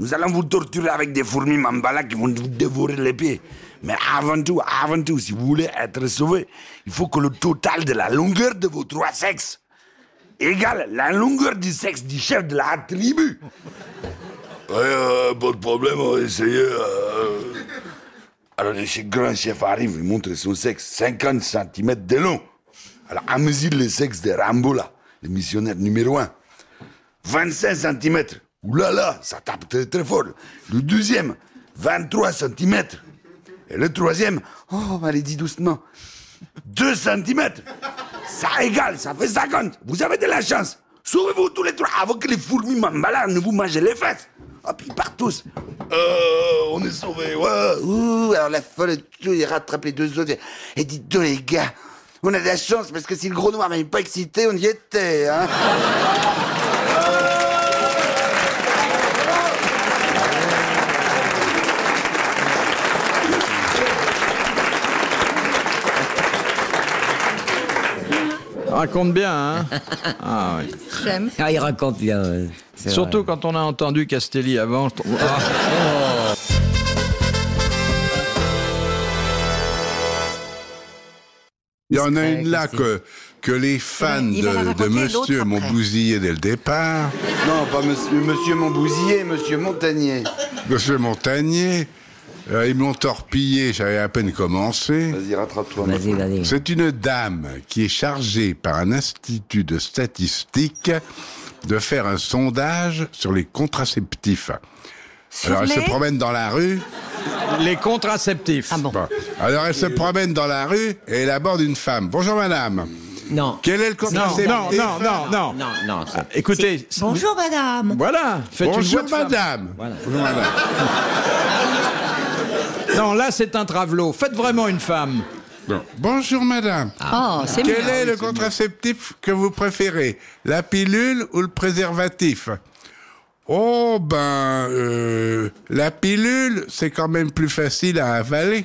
Nous allons vous torturer avec des fourmis mambala qui vont vous dévorer les pieds. Mais avant tout, avant tout, si vous voulez être sauvé, il faut que le total de la longueur de vos trois sexes égale la longueur du sexe du chef de la tribu. Ouais, euh, pas de problème, on va essayer. euh. Alors, le chef- grand chef arrive, il montre son sexe, 50 cm de long. Alors, à mesure le sexe de Rambo, là, le missionnaire numéro un. 25 cm. Ouh là là, ça tape très très fort. Le deuxième, 23 cm. Et le troisième, oh, allez-y doucement, 2 cm. Ça égale, ça fait 50. Vous avez de la chance. Sauvez-vous tous les trois avant que les fourmis mambalas ne vous mangent les fesses. Hop, ils partent tous. Euh, on est sauvés, ouais. Ouh, alors la folle, il rattrape les deux autres. Et dites donc, les gars, on a de la chance parce que si le gros noir m'avait pas excité, on y était, hein. Raconte bien, hein. Ah, oui. J'aime. Ah, il raconte bien. ouais. C'est Surtout vrai. quand on a entendu Castelli avant. je trouve- Ah. Il y en a Ouais, une là qu'est-ce que, que les fans Ouais, il va la de, de raconter, monsieur l'autre, m'ont après. bousillé dès le départ. Non, pas monsieur, monsieur Montbousier, monsieur Montagnier. Monsieur Montagnier, euh, ils me l'ont torpillé, j'avais à peine commencé. Vas-y, rattrape-toi. Vas-y, vas-y. C'est une dame qui est chargée par un institut de statistique de faire un sondage sur les contraceptifs. Alors elle les- se promène dans la rue. Les contraceptifs. Ah bon. Bon. Alors elle se promène dans la rue et elle aborde une femme. Bonjour madame. Non. Quel est le Non, contraceptif non, non, non, non. Non, non, ça. Écoutez, Bonjour madame. voilà, faites une voix Bonjour de femme. madame. Bonjour madame. Non, là c'est un travelot. Faites vraiment une femme. Bon. Bonjour madame. oh, c'est Quel bien. est le contraceptif que vous préférez La pilule ou le préservatif Oh ben, euh, la pilule, c'est quand même plus facile à avaler.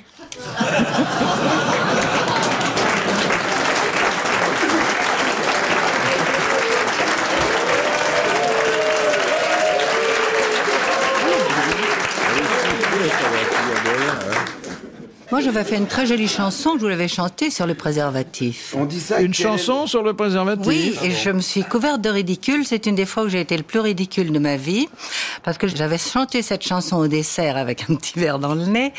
Moi, j'avais fait une très jolie chanson que je vous l'avais chantée sur le préservatif. On dit ça. Une quel est le- chanson sur le préservatif. Oui, et je me suis couverte de ridicule. C'est une des fois où j'ai été le plus ridicule de ma vie, parce que j'avais chanté cette chanson au dessert avec un petit verre dans le nez,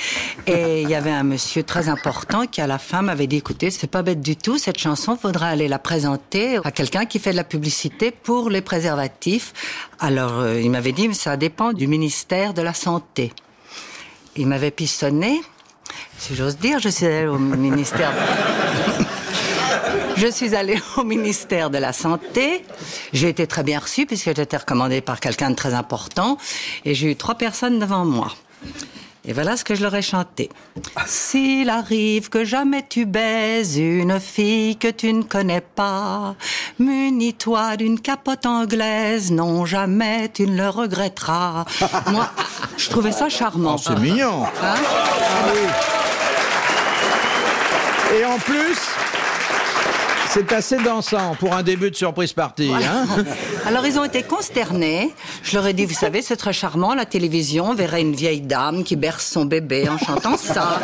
et il y avait un monsieur très important qui à la fin m'avait dit "Écoutez, c'est pas bête du tout. Cette chanson, faudra aller la présenter à quelqu'un qui fait de la publicité pour les préservatifs." Alors euh, il m'avait dit "Mais "Ça dépend du ministère de la santé." Il m'avait pistonné. Si j'ose dire, je suis allée au ministère. Je suis allée [LAUGHS] au ministère de la Santé. J'ai été très bien reçue puisque j'étais recommandée par quelqu'un de très important. Et j'ai eu trois personnes devant moi. Et voilà ce que je leur [LAUGHS] ai chanté. S'il arrive que jamais tu baises une fille que tu ne connais pas, munis-toi d'une capote anglaise, non jamais tu ne [LAUGHS] le regretteras. Moi, je trouvais ça charmant. Oh, C'est mignon. Hein Et en plus, C'est assez dansant pour un début de surprise party. hein. [LAUGHS] Alors ils ont été consternés. Je leur ai dit, vous savez, c'est très charmant, la télévision, on verrait une vieille dame qui berce son bébé en chantant ça.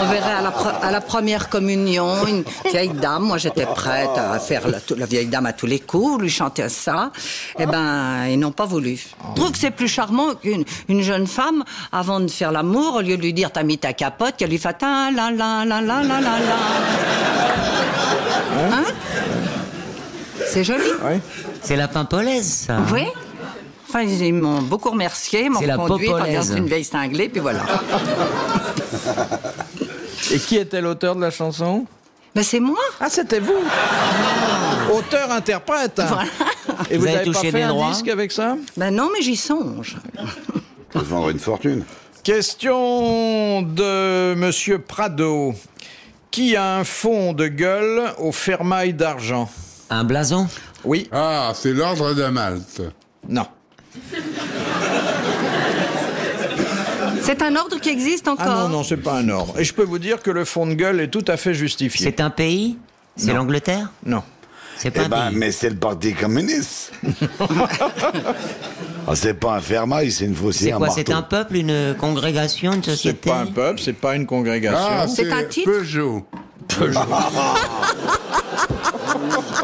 On verrait à la, pre- à la première communion une vieille dame, moi j'étais prête à faire la, la vieille dame à tous les coups, lui chanter ça. Eh ben, ils n'ont pas voulu. Je trouve que c'est plus charmant qu'une une jeune femme, avant de faire l'amour, au lieu de lui dire, t'as mis ta capote, qu'elle lui fait, ta la la la la la la la. Hein C'est joli. C'est la pimpolaise, ça. Oui. Enfin, ils m'ont beaucoup remercié, ils m'ont C'est la conduit par popolaise. une vieille cinglée, puis voilà. Et qui était l'auteur de la chanson Mais Ben, c'est moi Ah, c'était vous Auteur-interprète Voilà. Et vous Vous avez n'avez pas touché fait des un droits disque avec ça Ben non, mais j'y songe. Faut se vendre une fortune. Question de Monsieur Prado. Qui a un fond de gueule au fermail d'argent Un blason Oui Ah, c'est l'ordre de Malte. Non. C'est un ordre qui existe encore. Ah non, non, c'est pas un or. Et je peux vous dire que le fond de gueule est tout à fait justifié. C'est un pays C'est l'Angleterre Non. C'est pas Eh un ben, pays. mais c'est le [LAUGHS] Parti communiste. Ah, c'est pas un fermail, c'est une C'est faussière. quoi C'est marteau. un peuple, une congrégation, une C'est société pas un peuple, c'est pas une congrégation. Ah, C'est un titre Peugeot. [LAUGHS] Peugeot.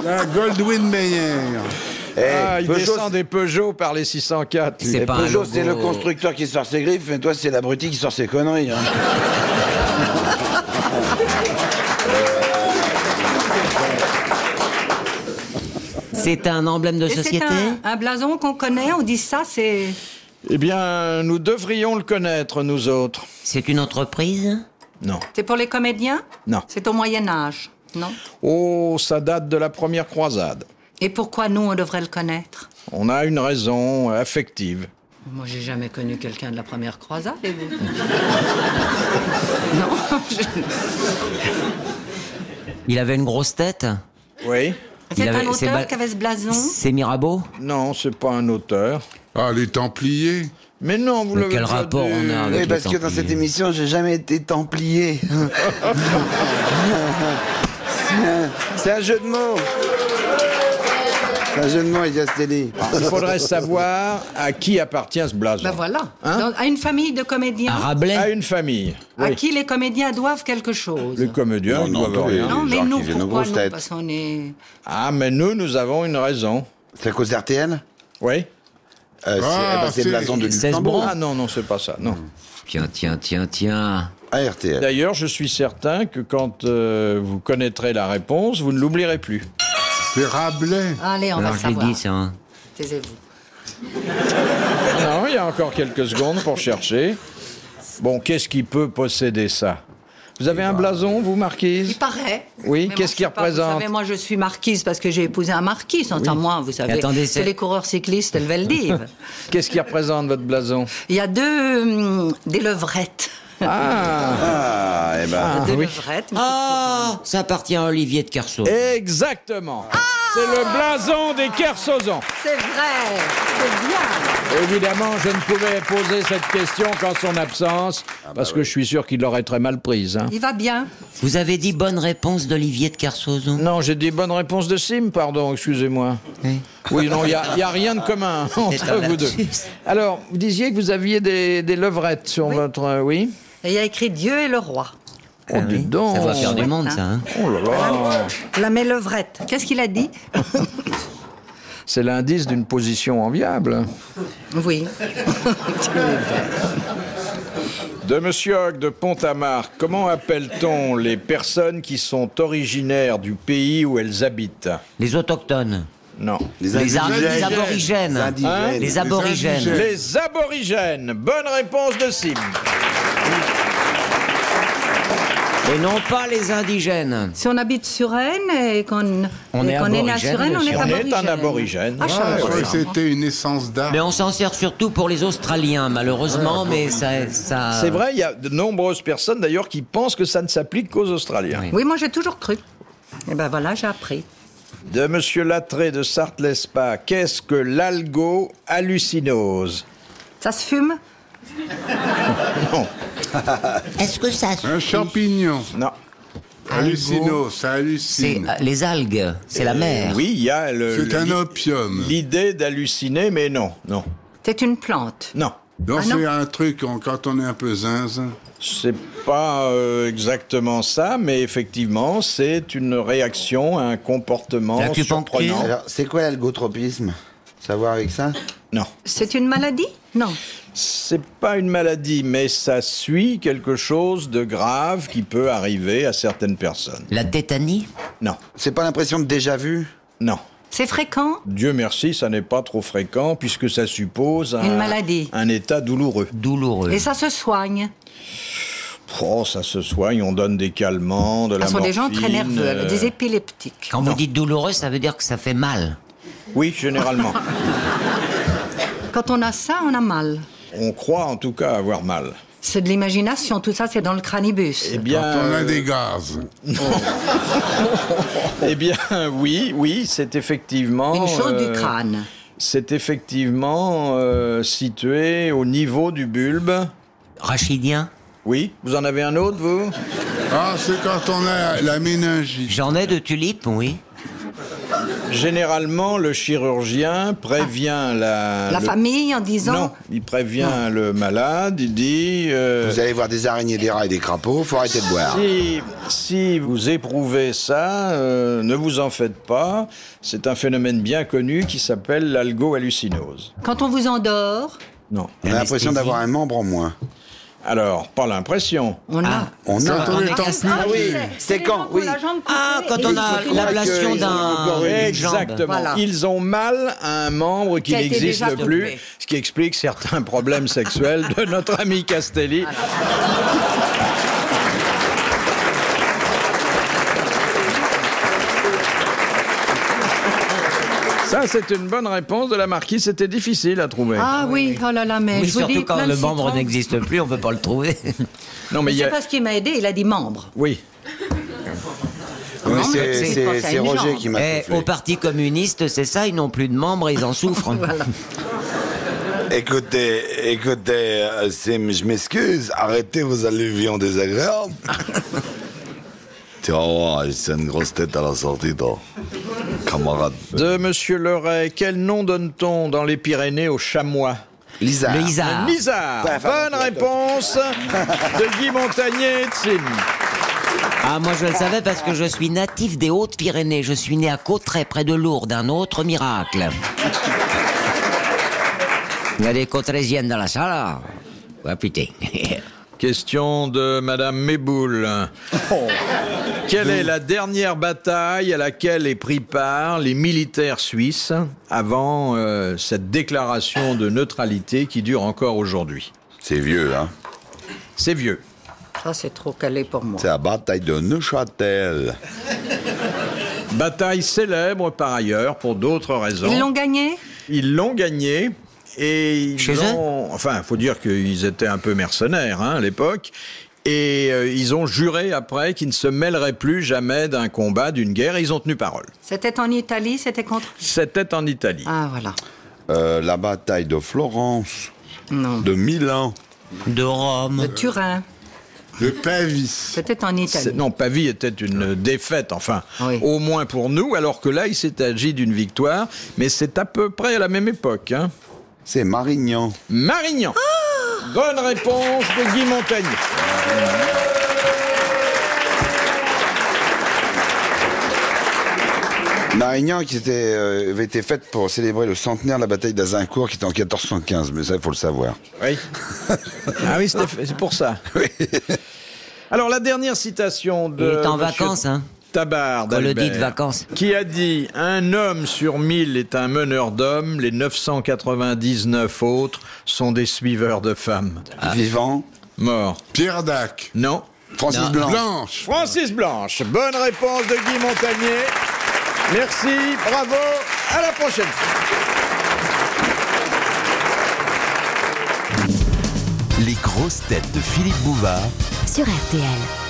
La Goldwyn Mayer. Eh, Ah, il Peugeot, descend des Peugeot par les 604. lui. C'est eh, pas un Peugeot, logo. c'est le constructeur qui sort ses griffes, et toi, c'est l'abruti qui sort ses conneries. hein. Ah, C'est un emblème de Et c'est société un, un blason qu'on connaît, on dit ça, c'est... Eh bien, nous devrions le connaître, nous autres. C'est une entreprise Non. C'est pour les comédiens Non. C'est au Moyen-Âge, non Oh, ça date de la première croisade. Et pourquoi nous, on devrait le connaître On a une raison affective. Moi, j'ai jamais connu quelqu'un de la première croisade, et vous [LAUGHS] Non, je- Il avait une grosse tête Oui C'est avait- un c'est auteur ba- qui avait ce blason C'est Mirabeau Non, c'est pas un auteur. Ah, les Templiers. Mais non, vous Mais l'avez quel déjà rapport dit. on a avec Oui, les parce que dans Templiers cette émission, j'ai jamais été [LAUGHS] templier. C'est un- c'est un, jeu de mots. C'est un jeu de mots, Yastelli. Il faudrait savoir à qui appartient ce blason. Ben voilà, Hein Dans- à une famille de Un comédiens À Rabelais Ah, une famille. à Oui. qui les comédiens doivent quelque chose. Les comédiens ne doivent rien. Non, mais gens nous, qui faisaient nos pourquoi grosses nous têtes. Parce qu'on est... Ah, mais nous, nous avons une raison. C'est à cause d'RTL Oui Euh, c'est- Ah, eh ben, c'est c'est- le blason de c'est- Luxembourg. Bon. Ah non, non, c'est pas ça, non. Tiens, tiens, tiens, tiens. Ah, RTL. D'ailleurs, je suis certain que quand euh, vous connaîtrez la réponse, vous ne l'oublierez plus. C'est Rabelais. Allez, on Alors va je l'ai savoir. dit, ça. hein. Taisez-vous. Non, il y a encore quelques secondes pour chercher. Bon, qu'est-ce qui peut posséder ça Vous avez un blason, vous, Il Marquise paraît. Oui, Mais qu'est-ce moi, qu'il je sais pas, représente Vous savez, moi, je suis marquise parce que j'ai épousé un marquis, sans moi, vous savez. attendez, c'est c'est- les coureurs cyclistes le Veldiv. Qu'est-ce qui représente votre blason Il y a deux... hum, des levrettes. Ah Ah, eh ben. deux levrettes. Ah Ça appartient à Olivier de Kersauzon. Exactement C'est le blason des Kersauzons. C'est vrai, c'est bien. Évidemment, je ne pouvais poser cette question qu'en son absence, parce que je suis sûr qu'il l'aurait très mal prise. hein. Il va bien. Vous avez dit bonne réponse d'Olivier de Kersauzon. Non, j'ai dit bonne réponse de Sim, pardon, excusez-moi. Oui. Oui, non, il n'y a, y a rien de commun entre un vous deux. lapsus. Alors, vous disiez que vous aviez des, des levrettes sur votre... euh, oui Et il y a écrit Dieu et le roi. Oh, dis donc Ah Ça doit faire du monde, hein. ça. hein. Oh là là La mes levrettes. Qu'est-ce qu'il a dit C'est l'indice d'une position enviable. Oui. De Monsieur Hogg de Pont-à-Marc, comment appelle-t-on les personnes qui sont originaires du pays où elles habitent Les autochtones. Non. Les ar- les aborigènes. Les indigènes. Hein Les aborigènes. indigènes. Les aborigènes. Bonne réponse de Sim. Et non pas les indigènes. Si on habite sur Rennes et qu'on On et est qu'on né à aborigène, sur Renne, on bien est sûr. On est un aborigène. aborigène. Ah, je savais Ah, je pas croyais que ça, moi. c'était une essence d'art. Mais on s'en sert surtout pour les Australiens, malheureusement, mais ça... ça- C'est vrai, il y a de nombreuses personnes d'ailleurs qui pensent que ça ne s'applique qu'aux Australiens. Oui. Oui, moi j'ai toujours cru. Et ben voilà, j'ai appris. De Monsieur Latré de Sartlespa, qu'est-ce que l'algo-hallucinose Ça se fume Est-ce que ça Un champignon. Non. Hallucino, ça C'est hallucine. euh, les algues, c'est la mer. Euh, Oui, il y a le. C'est le- un opium. L'idée d'halluciner, mais non, non, C'est une plante. non. Non, Ah, non. c'est un truc, on- quand on est un peu zinzin. C'est pas euh, exactement ça, mais effectivement, c'est une réaction, un comportement L'acupuncture surprenant. Alors, c'est quoi l'algotropisme Savoir avec ça Non, C'est une maladie Non. c'est pas une maladie, mais ça suit quelque chose de grave qui peut arriver à certaines personnes. La tétanie Non, C'est pas l'impression de déjà vu non. C'est fréquent Dieu merci, ça n'est pas trop fréquent puisque ça suppose un, Une maladie. un état douloureux. douloureuse. et ça se soigne. Oh, ça se soigne, on donne des calmants, de la Ah, Ce sont des gens très morphine, nerveux, avec des euh, épileptiques. Quand vous dites douloureux, ça veut dire que ça fait mal. Oui, [LAUGHS] généralement. Quand on a ça, on a mal. on croit en tout cas avoir mal. C'est de l'imagination, tout ça c'est dans le cranibus. Eh bien, Quand on a euh, des gaz. eh bien, [LAUGHS] oui, oui, c'est effectivement. Une chose euh, du crâne. C'est effectivement euh, situé au niveau du bulbe. Rachidien Oui, vous en avez un autre, vous Ah, c'est quand on a la méningite. J'en ai de tulipes, oui. Généralement, le chirurgien prévient la. Ah. La euh, le- famille en disant Non, il prévient le malade, il dit. euh, Vous allez voir des araignées, des rats et des crapauds, faut arrêter de boire. Si, si vous éprouvez ça, euh, ne vous en faites pas. C'est un phénomène bien connu qui s'appelle l'algo-hallucinose. quand on vous endort, Non. On a l'impression d'avoir un membre en moins. Alors, pas l'impression. Ah, on a. On a. Quand on est en Ah oui, c'est quand Oui. Ah, quand on a croient l'ablation qu'ils ont d'un. encore une d'une jambe. Exactement. Voilà. Ils ont mal à un membre qui Qui a été n'existe déjà plus, coupé. ce qui explique certains problèmes sexuels de notre ami Castelli. Ça, c'est une bonne réponse de la marquise. C'était difficile à trouver. Ah oui, oh là là, mais Oui, je vous surtout dis quand plein le de membre citrons. n'existe plus, on peut pas le trouver. non, mais Mais il y c'est a... pas ce qui m'a aidé, il a dit membre. Oui. Oui, Non, c'est- mais Ah c'est- c'est- c'est C'est une Roger jambe. qui m'a Eh, soufflé. au Parti communiste, c'est ça, ils n'ont plus de membres, ils en souffrent. Écoutez, écoutez, euh, c'est- je m'excuse, arrêtez vos alluvions désagréables. tu vas voir, c'est une grosse tête à la sortie, toi. Camarade. De Monsieur Leray, quel nom donne-t-on dans les Pyrénées aux chamois Lisa. Le Isard. Lizard. Bonne réponse de Guy Montagnier et de Sim. Ah, moi je le savais parce que je suis natif des Hautes-Pyrénées. Je suis né à Cauterets, près de Lourdes, un autre miracle. Il y a des Cauterésiennes dans la salle. ah. Ouais, putain. [LAUGHS] Question de Madame Méboul. Quelle est la dernière bataille à laquelle est pris part les militaires suisses avant euh, cette déclaration de neutralité qui dure encore aujourd'hui C'est vieux, hein C'est vieux. Ça c'est trop calé pour moi. C'est la bataille de Neuchâtel. Bataille célèbre par ailleurs pour d'autres raisons. Ils l'ont gagné Ils l'ont gagnée. Et ils Chez eux ont, enfin, faut dire qu'ils étaient un peu mercenaires hein, à l'époque, et euh, ils ont juré après qu'ils ne se mêleraient plus jamais d'un combat, d'une guerre. Et ils ont tenu parole. C'était en Italie, c'était contre. C'était en Italie. Ah voilà. Euh, la bataille de Florence, Non. de Milan. De Rome. De Turin, Le pavis. c'était en C'est- Italie. Non, Pavie était une euh, défaite, enfin, Oui. au moins pour nous, alors que là, il s'est agi d'une victoire, mais c'est à peu près à la même époque. hein. C'est Marignan. Marignan. Ah Bonne réponse de Guy Montaigne. Marignan qui était, euh, avait été faite pour célébrer le centenaire de la bataille d'Azincourt qui était en 1415, mais ça, il faut le savoir. Oui. ah oui, c'était fait- c'est pour ça. Alors, la dernière citation de. Il est en Monsieur vacances, hein. Tabard, Qu'on le d'Albert, dit de vacances. Qui a dit Un homme sur mille est un meneur d'hommes, les 999 autres sont des suiveurs de femmes. Vivant. Mort. Pierre Dac. Non. Francis Blanc. Blanche. Francis Blanche, bonne réponse de Guy Montagnier. Merci, bravo, à la prochaine. Les grosses têtes de Philippe Bouvard Sur RTL.